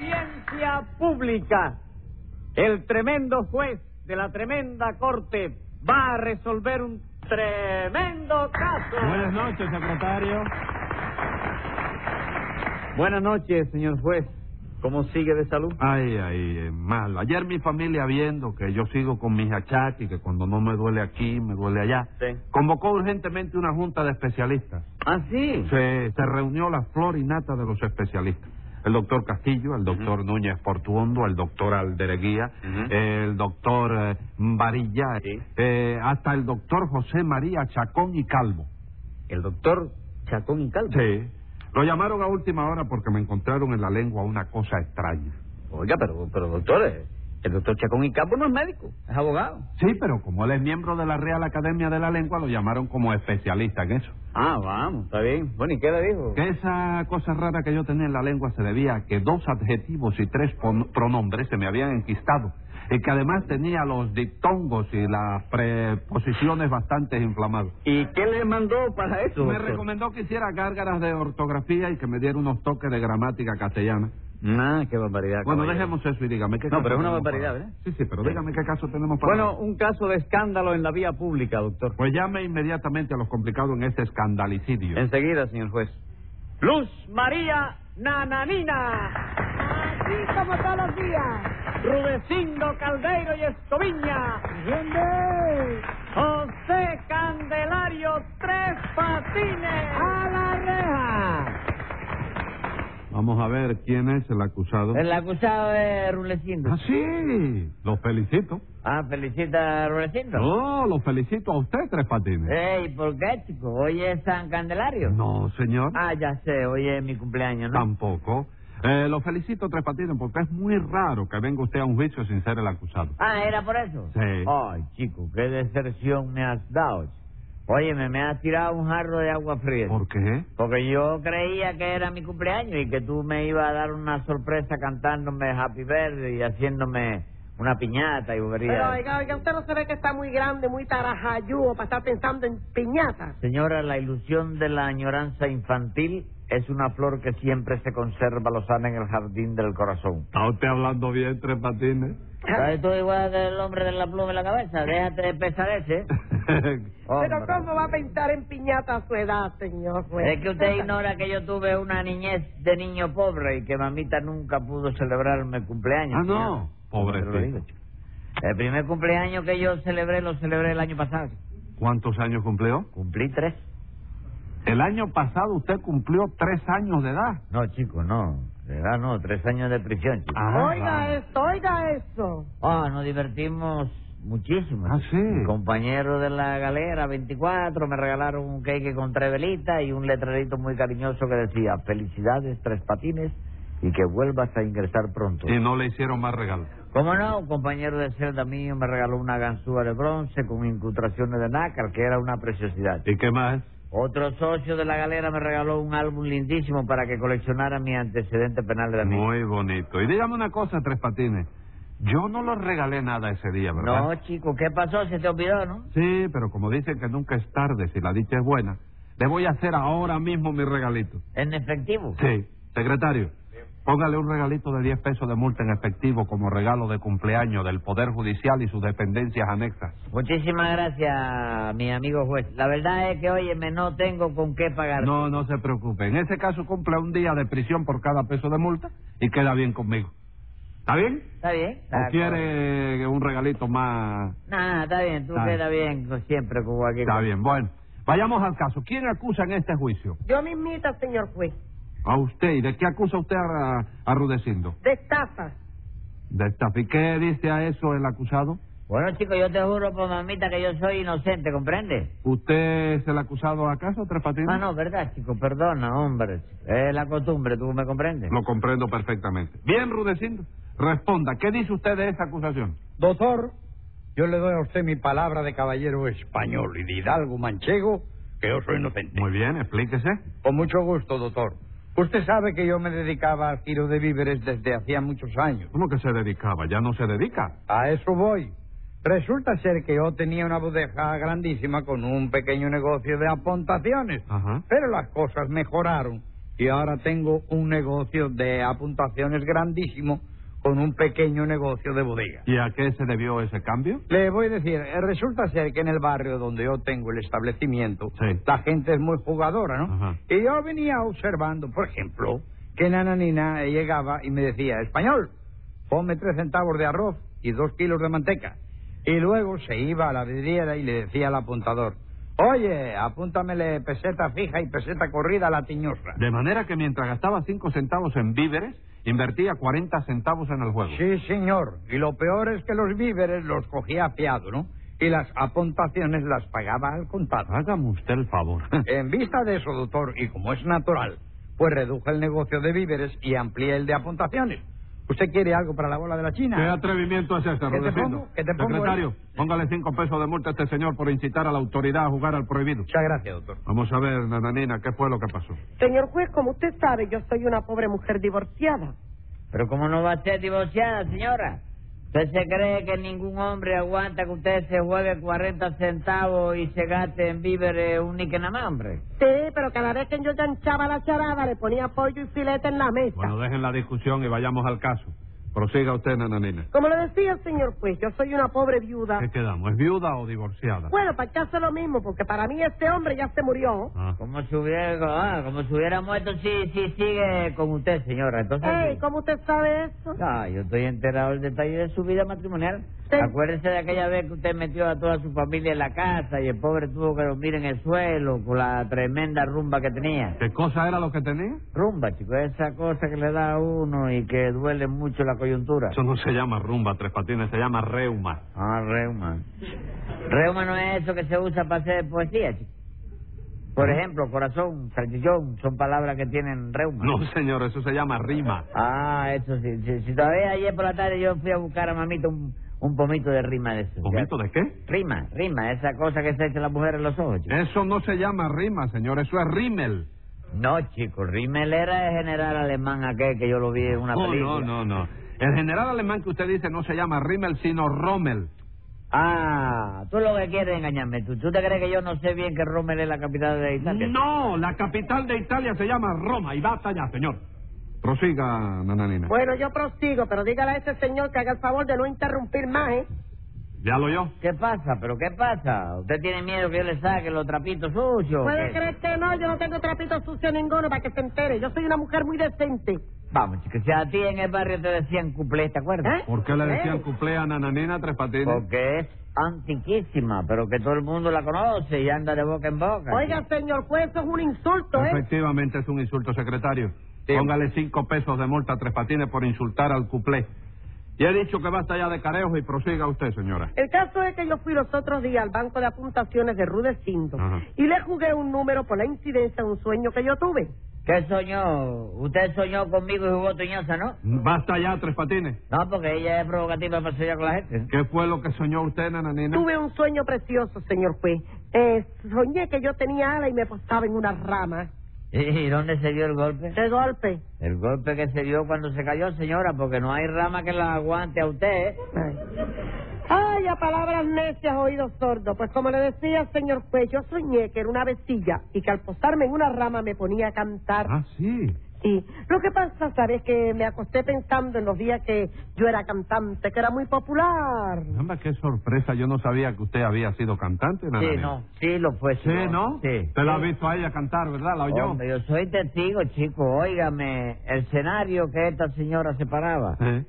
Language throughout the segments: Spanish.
audiencia pública. El tremendo juez de la tremenda corte va a resolver un tremendo caso. Buenas noches, secretario. Buenas noches, señor juez. ¿Cómo sigue de salud? Ay, ay, eh, mal. Ayer mi familia, viendo que yo sigo con mis achaques, que cuando no me duele aquí, me duele allá, Sí. convocó urgentemente una junta de especialistas. ¿Ah, sí? Se, se reunió la flor y nata de los especialistas. El doctor Castillo, el doctor Núñez Portuondo, el doctor Aldereguía, Ujú. el doctor eh, Varilla, Sí. eh, hasta el doctor José María Chacón y Calvo. El doctor Chacón y Calvo. Sí. Lo llamaron a última hora porque me encontraron en la lengua una cosa extraña. Oiga, pero, pero doctor, eh, el doctor Chacón y Calvo no es médico, es abogado. Sí, pero como él es miembro de la Real Academia de la Lengua, lo llamaron como especialista en eso. Ah, vamos, está bien. Bueno, ¿y qué le dijo? Que esa cosa rara que yo tenía en la lengua se debía a que dos adjetivos y tres pon- pronombres se me habían enquistado. Y que además tenía los diptongos y las preposiciones bastante inflamados. ¿Y qué le mandó para eso? Me doctor? recomendó que hiciera gárgaras de ortografía y que me diera unos toques de gramática castellana. Nah, Ah, qué barbaridad. Bueno, caballero. dejemos eso y dígame qué No, caso pero es una tenemos barbaridad, para- ¿eh? Sí, sí, pero dígame qué caso tenemos para... Bueno, un caso de escándalo en la vía pública, doctor. Pues llame inmediatamente a los complicados en este escandalicidio. Enseguida, señor juez. Luz María Nananina, Así como todos los días. Rudecindo Caldeiro y Escoviña, ¡Gente! José Candelario Tres Patines. ¡A la reja! Vamos a ver quién es el acusado. El acusado es Rulecindo. Ah, sí. Los felicito. Ah, felicita a Rulecindo. No, los felicito a usted, Tres Patines. Ey, ¿por qué, chico? Hoy es San Candelario. No, señor. Eh. Ah, ya sé, hoy es mi cumpleaños, ¿no? Tampoco. Eh, los felicito, Tres Patines, porque es muy raro que venga usted a un juicio sin ser el acusado. Ah, ¿era por eso? Sí. Ay, chico, qué deserción me has dado. chico. Óyeme, me has tirado un jarro de agua fría. ¿Por qué? Porque yo creía que era mi cumpleaños y que tú me ibas a dar una sorpresa cantándome Happy Birthday y haciéndome una piñata y bobería. Pero oiga, oiga, usted no se ve que está muy grande, muy tarajayudo para estar pensando en piñatas. Señora, la ilusión de la añoranza infantil es una flor que siempre se conserva lozana en el jardín del corazón. ¿Está usted hablando bien, Tres Patines? ¿Sabes tú igual del hombre de la pluma en la cabeza? Déjate de pesadeces. Hombre. Pero ¿cómo va a pensar en piñata a su edad, señor juez? Es que usted ignora que yo tuve una niñez de niño pobre y que mamita nunca pudo celebrarme cumpleaños. Ah, no. señora. Pobrecito. Te lo digo, chico. El primer cumpleaños que yo celebré lo celebré el año pasado. ¿Cuántos años cumplió? Cumplí tres. El año pasado usted cumplió tres años de edad. No, chico, no. De verdad, no. Tres años de prisión, chico. Ah, Oiga vale. esto, oiga esto. Ah, nos divertimos muchísimo. Ah, sí. Mi compañero de la galera, 24, me regalaron un cake con tres velitas y un letrerito muy cariñoso que decía, felicidades, tres patines, y que vuelvas a ingresar pronto. Y no le hicieron más regalos. ¿Cómo no? Un compañero de celda mío me regaló una ganzúa de bronce con incrustaciones de nácar, que era una preciosidad. ¿Y qué más? Otro socio de la galera me regaló un álbum lindísimo para que coleccionara mi antecedente penal de amigo. Muy bonito. Y dígame una cosa, Tres Patines. Yo no los regalé nada ese día, ¿verdad? No, chico, ¿qué pasó? Se te olvidó, ¿no? Sí, pero como dicen que nunca es tarde si la dicha es buena, le voy a hacer ahora mismo mi regalito. En efectivo. Sí, secretario. Póngale un regalito de 10 pesos de multa en efectivo como regalo de cumpleaños del Poder Judicial y sus dependencias anexas. Muchísimas gracias, mi amigo juez. La verdad es que, óyeme, no tengo con qué pagar. No, no se preocupe. En ese caso cumple un día de prisión por cada peso de multa y queda bien conmigo. ¿Está bien? ¿Está bien? ¿O quiere un regalito más? Nada, está bien. Tú Está bien. quedas bien con- siempre con cualquier Está cosa. bien, bueno. Vayamos al caso. ¿Quién acusa en este juicio? Yo mismita, señor juez, A usted. ¿Y de qué acusa usted a, a Rudecindo? de estafa. De estafa. ¿Y qué dice a eso el acusado? Bueno, chicos, yo te juro por mamita que yo soy inocente, ¿comprendes? ¿Usted es el acusado acaso, Tres Patines? Ah, no, ¿verdad, chico? Perdona, hombre. Es la costumbre, ¿tú me comprendes? Lo comprendo perfectamente. Bien, Rudecindo. Responda, ¿qué dice usted de esa acusación? Doctor, yo le doy a usted mi palabra de caballero español y de hidalgo manchego que yo soy inocente. Muy bien, explíquese. Con mucho gusto, doctor. Usted sabe que yo me dedicaba al giro de víveres desde hacía muchos años. ¿Cómo que se dedicaba? Ya no se dedica. A eso voy. Resulta ser que yo tenía una bodega grandísima con un pequeño negocio de apuntaciones. Ajá. Pero las cosas mejoraron y ahora tengo un negocio de apuntaciones grandísimo con un pequeño negocio de bodega. ¿Y a qué se debió ese cambio? Le voy a decir, eh, resulta ser que en el barrio donde yo tengo el establecimiento, Sí. la gente es muy jugadora, ¿no? Ajá. Y yo venía observando, por ejemplo, que Nananina llegaba y me decía, español, ponme tres centavos de arroz y dos kilos de manteca. Y luego se iba a la vidriera y le decía al apuntador, oye, apúntamele peseta fija y peseta corrida a la tiñosa. De manera que mientras gastaba cinco centavos en víveres, invertía 40 centavos en el juego. Sí, señor. Y lo peor es que los víveres los cogía a fiado, ¿no? Y las apuntaciones las pagaba al contado. Hágame usted el favor. En vista de eso, doctor, y como es natural, pues reduje el negocio de víveres y amplié el de apuntaciones. ¿Usted quiere algo para la bola de la China? ¿Qué atrevimiento es este, ¿Qué te Rudecindo? pongo? ¿Qué te pongo Secretario, ahí? póngale cinco pesos de multa a este señor por incitar a la autoridad a jugar al prohibido. Muchas gracias, doctor. Vamos a ver, Nananina, ¿qué fue lo que pasó? Señor juez, como usted sabe, yo soy una pobre mujer divorciada. Pero ¿cómo no va a ser divorciada, señora? ¿Usted se cree que ningún hombre aguanta que usted se juegue 40 centavos y se gaste en víveres un níquel nada más, hombre? Sí, pero cada vez que yo yanchaba la charada, le ponía pollo y filete en la mesa. Bueno, dejen la discusión y vayamos al caso. Prosiga usted, Nananina. Como le decía el señor juez, yo soy una pobre viuda. ¿Qué quedamos? ¿Es viuda o divorciada? Bueno, para que hace lo mismo, porque para mí este hombre ya se murió. Ah. Como si hubiera, ah, como si hubiera muerto, sí, sí, sigue con usted, señora. Entonces, Ey, sí. ¿cómo usted sabe eso? No, yo estoy enterado del detalle de su vida matrimonial. Sí. Acuérdese de aquella vez que usted metió a toda su familia en la casa y el pobre tuvo que dormir en el suelo con la tremenda rumba que tenía. ¿Qué cosa era lo que tenía? Rumba, chico, esa cosa que le da a uno y que duele mucho la coyuntura. Eso no se llama rumba, Tres Patines, se llama reuma. Ah, reuma. Reuma no es eso que se usa para hacer poesía, chico. Por ejemplo, corazón, salchichón, son palabras que tienen reuma. No, señor, eso se llama rima. Ah, eso sí. Si todavía ayer por la tarde yo fui a buscar a mamita un, un pomito de rima de eso. ¿Momento de qué? Rima, rima, esa cosa que se echa la mujer en los ojos, chico. Eso no se llama rima, señor, eso es rímel. No, chico, Rimmel era el general alemán aquel que yo lo vi en una Oh, No, película. no, no, no. El general alemán que usted dice no se llama Rimmel, sino Rommel. Ah, tú lo que quieres es engañarme. ¿Tú, tú te crees que yo no sé bien que Rommel es la capital de Italia? No, la capital de Italia se llama Roma y basta ya, señor. Prosiga, Nananina. Bueno, yo prosigo, pero dígale a ese señor que haga el favor de no interrumpir más, ¿eh? ¿Ya lo yo? ¿Qué pasa? ¿Pero qué pasa? ¿Usted tiene miedo que yo le saque los trapitos sucios? ¿Puede ¿Qué? creer que no? Yo no tengo trapito sucio ninguno para que se entere. Yo soy una mujer muy decente. Vamos, chicos, si a ti en el barrio te decían cuplé, ¿te acuerdas? ¿Eh? ¿Por qué le decían ¿Eh? cuplé a Nananina Tres Patines? Porque es antiquísima, pero que todo el mundo la conoce y anda de boca en boca. Oiga, señor juez, eso es un insulto, ¿eh? Efectivamente es un insulto, secretario. Sí. Póngale cinco pesos de multa a Tres Patines por insultar al cuplé. Y he dicho que basta ya de careos y prosiga usted, señora. El caso es que yo fui los otros días al banco de apuntaciones de Rudecindo Ajá. y le jugué un número por la incidencia de un sueño que yo tuve. ¿Qué soñó? Usted soñó conmigo y jugó tuñosa, ¿no? Basta ya, Tres Patines. No, porque ella es provocativa para soñar con la gente. ¿Qué fue lo que soñó usted, Nananina? Tuve un sueño precioso, señor juez. Eh, soñé que yo tenía ala y me posaba en una rama. ¿Y dónde se dio el golpe? De golpe. El golpe que se dio cuando se cayó, señora, porque no hay rama que la aguante a usted. ¿eh? Ay. Ay, a palabras necias, oído sordo. Pues como le decía el señor juez, yo soñé que era una vecilla y que al posarme en una rama me ponía a cantar. Ah, sí. Sí. Lo que pasa, ¿sabes? Que me acosté pensando en los días que yo era cantante, que era muy popular. Caramba, qué sorpresa. Yo no sabía que usted había sido cantante, Nananina. Sí, no. Sí, lo fue. Sí, ¿no? Sí. Te la ha visto a ella cantar, ¿verdad? ¿La oyó? Hombre, yo soy testigo, chico. Óigame, el escenario que esta señora se paraba. ¿Eh?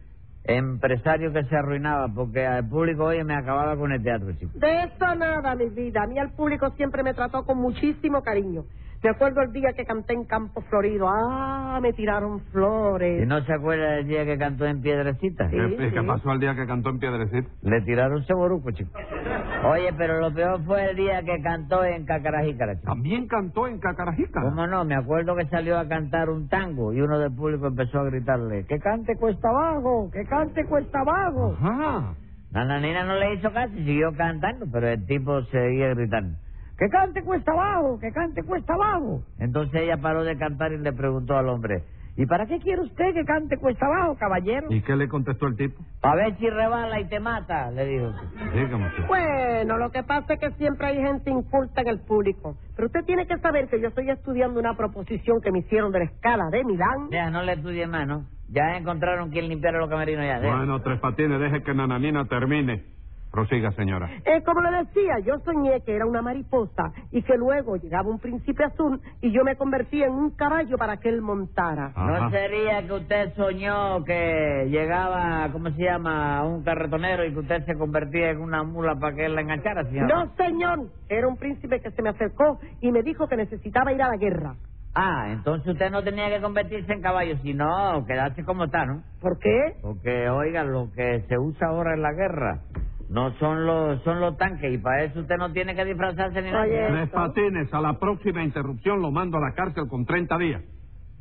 Empresario que se arruinaba porque al público hoy me acababa con el teatro, chico. De eso nada, mi vida. A mí el público siempre me trató con muchísimo cariño. Me acuerdo el día que canté en Campo Florido. Ah, me tiraron ¿Y flores. no se acuerda del día que cantó en Piedrecita? Sí, ¿Qué, sí. qué pasó el día que cantó en Piedrecita? Le tiraron seboruco, chico. Oye, pero lo peor fue el día que cantó en Cacarajícara, chico. También cantó en Cacarajica. ¿Cómo no? Me acuerdo que salió a cantar un tango y uno del público empezó a gritarle, que cante pues". cuesta abajo, que cante cuesta abajo. Ajá. La nanina no le hizo caso y siguió cantando, pero el tipo seguía gritando, que cante cuesta abajo, que cante cuesta abajo. Entonces ella paró de cantar y le preguntó al hombre, ¿Y para qué quiere usted que cante cuesta abajo, caballero? ¿Y qué le contestó el tipo? A ver si rebala y te mata, le dijo. Dígame usted. Bueno, lo que pasa es que siempre hay gente inculta en el público. Pero usted tiene que saber que yo estoy estudiando una proposición que me hicieron de la escala de Milán. Ya, no le estudie más, ¿no? Ya encontraron quien limpiara los camerinos ya. deja. Bueno, Tres Patines, deje que Nananina termine. Prosiga, señora. Eh, como le decía, yo soñé que era una mariposa y que luego llegaba un príncipe azul y yo me convertía en un caballo para que él montara. ¿No Ajá. sería que usted soñó que llegaba, ¿cómo se llama?, un carretonero y que usted se convertía en una mula para que él la enganchara, señora? No, señor, era un príncipe que se me acercó y me dijo que necesitaba ir a la guerra. Ah, entonces usted no tenía que convertirse en caballo, sino quedarse como está, ¿no? ¿Por qué? Porque, oigan, lo que se usa ahora en la guerra no son los son los tanques y para eso usted no tiene que disfrazarse ni nada. Oye. Tres Eso. Patines, a la próxima interrupción lo mando a la cárcel con 30 días.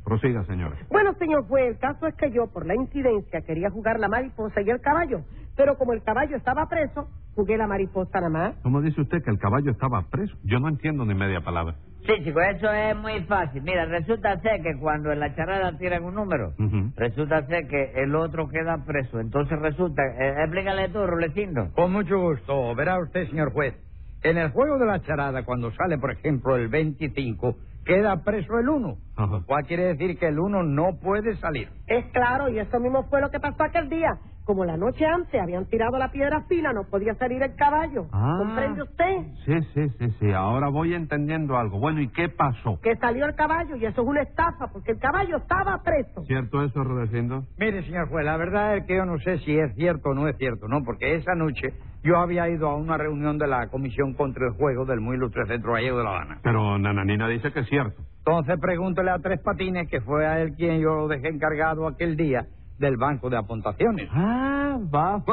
Prosiga, señora. Bueno, señor juez, el caso es que yo, por la incidencia, quería jugar la mariposa y el caballo. Pero como el caballo estaba preso, jugué la mariposa nada más. ¿Cómo dice usted que el caballo estaba preso? Yo no entiendo ni media palabra. Sí, chico, eso es muy fácil. Mira, resulta ser que cuando en la charada tiran un número, Ujú. resulta ser que el otro queda preso. Entonces resulta, eh, explícale tú, Rulecindo. Con mucho gusto. Verá usted, señor juez. En el juego de la charada, cuando sale, por ejemplo, el 25, queda preso el 1. Ajá. Lo cual quiere decir que el 1 no puede salir. Es claro, y eso mismo fue lo que pasó aquel día. Como la noche antes habían tirado la piedra fina, no podía salir el caballo. Ah. ¿Comprende usted? Sí, sí, sí, sí. Ahora voy entendiendo algo. Bueno, ¿y qué pasó? Que salió el caballo, y eso es una estafa, porque el caballo estaba preso. ¿Cierto eso, Rudecindo? Mire, señor juez, la verdad es que yo no sé si es cierto o no es cierto, ¿no? Porque esa noche yo había ido a una reunión de la Comisión contra el Juego del muy ilustre Centro Gallego de La Habana. Pero Nananina dice que es cierto. Entonces pregúntele a Tres Patines, que fue a él quien yo lo dejé encargado aquel día del Banco de Apuntaciones. Ah, vamos.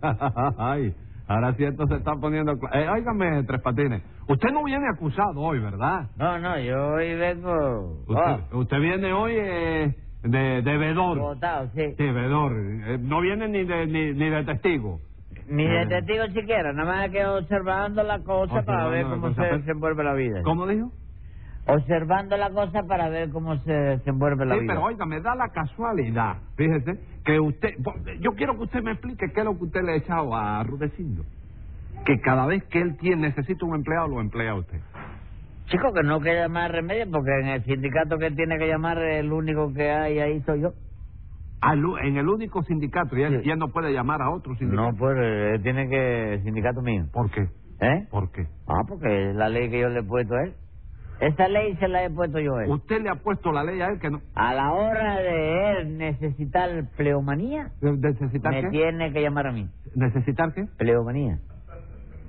Ay, ahora sí esto se está poniendo... cla- Eh, óigame, Tres Patines. Usted no viene acusado hoy, ¿verdad? No, no, yo hoy vengo... ah, Usted, usted viene hoy eh, de, de Oh, vedor. botado, sí. Sí, vedor. Eh, no viene ni de, ni, ni de testigo. Ni de Eh. testigo siquiera, nada más que observando la cosa para Observando ver la cómo cosa, se pues. desenvuelve la vida. ¿Cómo dijo? Observando la cosa para ver cómo se desenvuelve la Sí, vida. pero oiga, me da la casualidad, fíjese, que usted, bo- yo quiero que usted me explique qué es lo que usted le ha echado a Rudecindo. Que cada vez que él tiene, necesita un empleado, lo emplea usted. Chico, que no queda más remedio porque en el sindicato que tiene que llamar el único que hay ahí soy yo. Al u- en el único sindicato, y él, Sí. y él no puede llamar a otro sindicato. No, pues eh, tiene que... sindicato mío. ¿Por qué? ¿Eh? ¿Por qué? Ah, porque es la ley que yo le he puesto a él. Esa ley se la he puesto yo a él. Usted le ha puesto la ley a él que no... A la hora de él necesitar pleomanía, ¿Necesitar me qué? tiene que llamar a mí. ¿Necesitar qué? Pleomanía.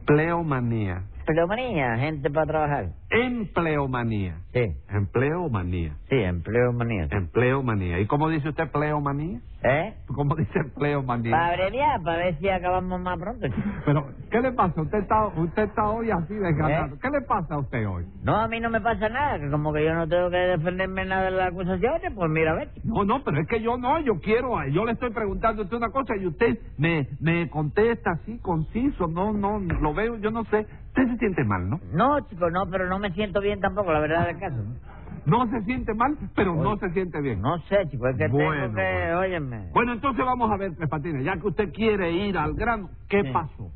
Pleomanía. Pleomanía, gente para trabajar. Empleomanía. Sí, Empleomanía. sí, empleomanía. Empleomanía. ¿Y cómo dice usted pleomanía? ¿Eh? ¿Cómo dice empleomanía? Para abreviar, para ver si acabamos más pronto. chico. Pero, ¿qué le pasa? Usted está, usted está hoy así ¿Eh? desganado. ¿Qué le pasa a usted hoy? No, a mí no me pasa nada, que como que yo no tengo que defenderme nada de las acusaciones, pues mira, a ver. chico. No, no, pero es que yo no, yo quiero, a- yo le estoy preguntando a usted una cosa y usted me, me contesta así, conciso, no, no, lo veo, yo no sé. Usted se siente mal, ¿no? No, chico, no, pero no me siento bien tampoco, la verdad del caso. ¿no? No se siente mal, pero no se siente bien. No sé, chico, es que Bueno, tengo que... bueno. Óyeme. Bueno, entonces vamos a ver, Tres Patines, ya que usted quiere ir al grano, ¿qué Sí. pasó?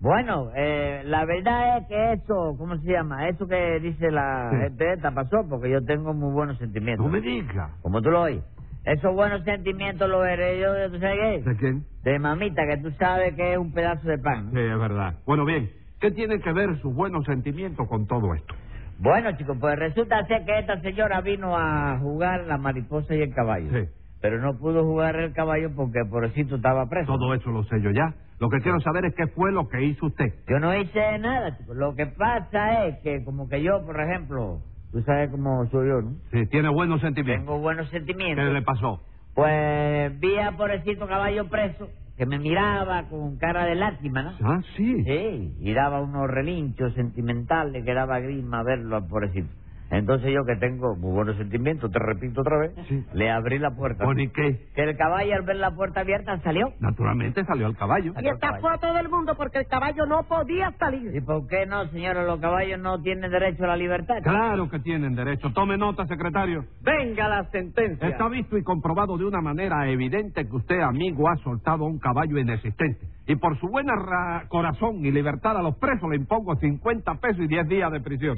Bueno, eh, la verdad es que eso, ¿cómo se llama? Eso que dice la Sí. gente esta pasó porque yo tengo muy buenos sentimientos. No me diga. Como tú lo oyes. Esos buenos sentimientos los veré yo de, ¿tú sabes qué? ¿De quién? De mamita, que tú sabes que es un pedazo de pan. Sí, es verdad. Bueno, bien, ¿qué tiene que ver sus buenos sentimientos con todo esto? Bueno, chicos, pues resulta ser que esta señora vino a jugar la mariposa y el caballo. Sí. Pero no pudo jugar el caballo porque pobrecito estaba preso. Todo eso lo sé yo ya. Lo que quiero saber es qué fue lo que hizo usted. Yo no hice nada, chicos. Lo que pasa es que como que yo, por ejemplo, tú sabes cómo soy yo, ¿no? Si tiene buenos sentimientos. Tengo buenos ¿Qué sentimientos. le pasó? Pues vi a pobrecito caballo preso que me miraba con cara de lástima, ¿no? Ah, sí. Sí, y daba unos relinchos sentimentales que daba grima verlo al pobrecito. Entonces yo que tengo muy buenos sentimientos, te repito otra vez, Sí. le abrí la puerta. Bueno, ¿y qué? Que el caballo al ver la puerta abierta salió. Naturalmente salió el caballo. Y estafó a todo el mundo porque el caballo no podía ¿Y salir. por qué no, señores? Los caballos no tienen derecho a la libertad. Claro que tienen derecho. Tome nota, secretario. Venga la sentencia. Está visto y comprobado de una manera evidente que usted, amigo, ha soltado a un caballo inexistente. Y por su buen ra- corazón y libertad a los presos le impongo 50 pesos y 10 días de prisión.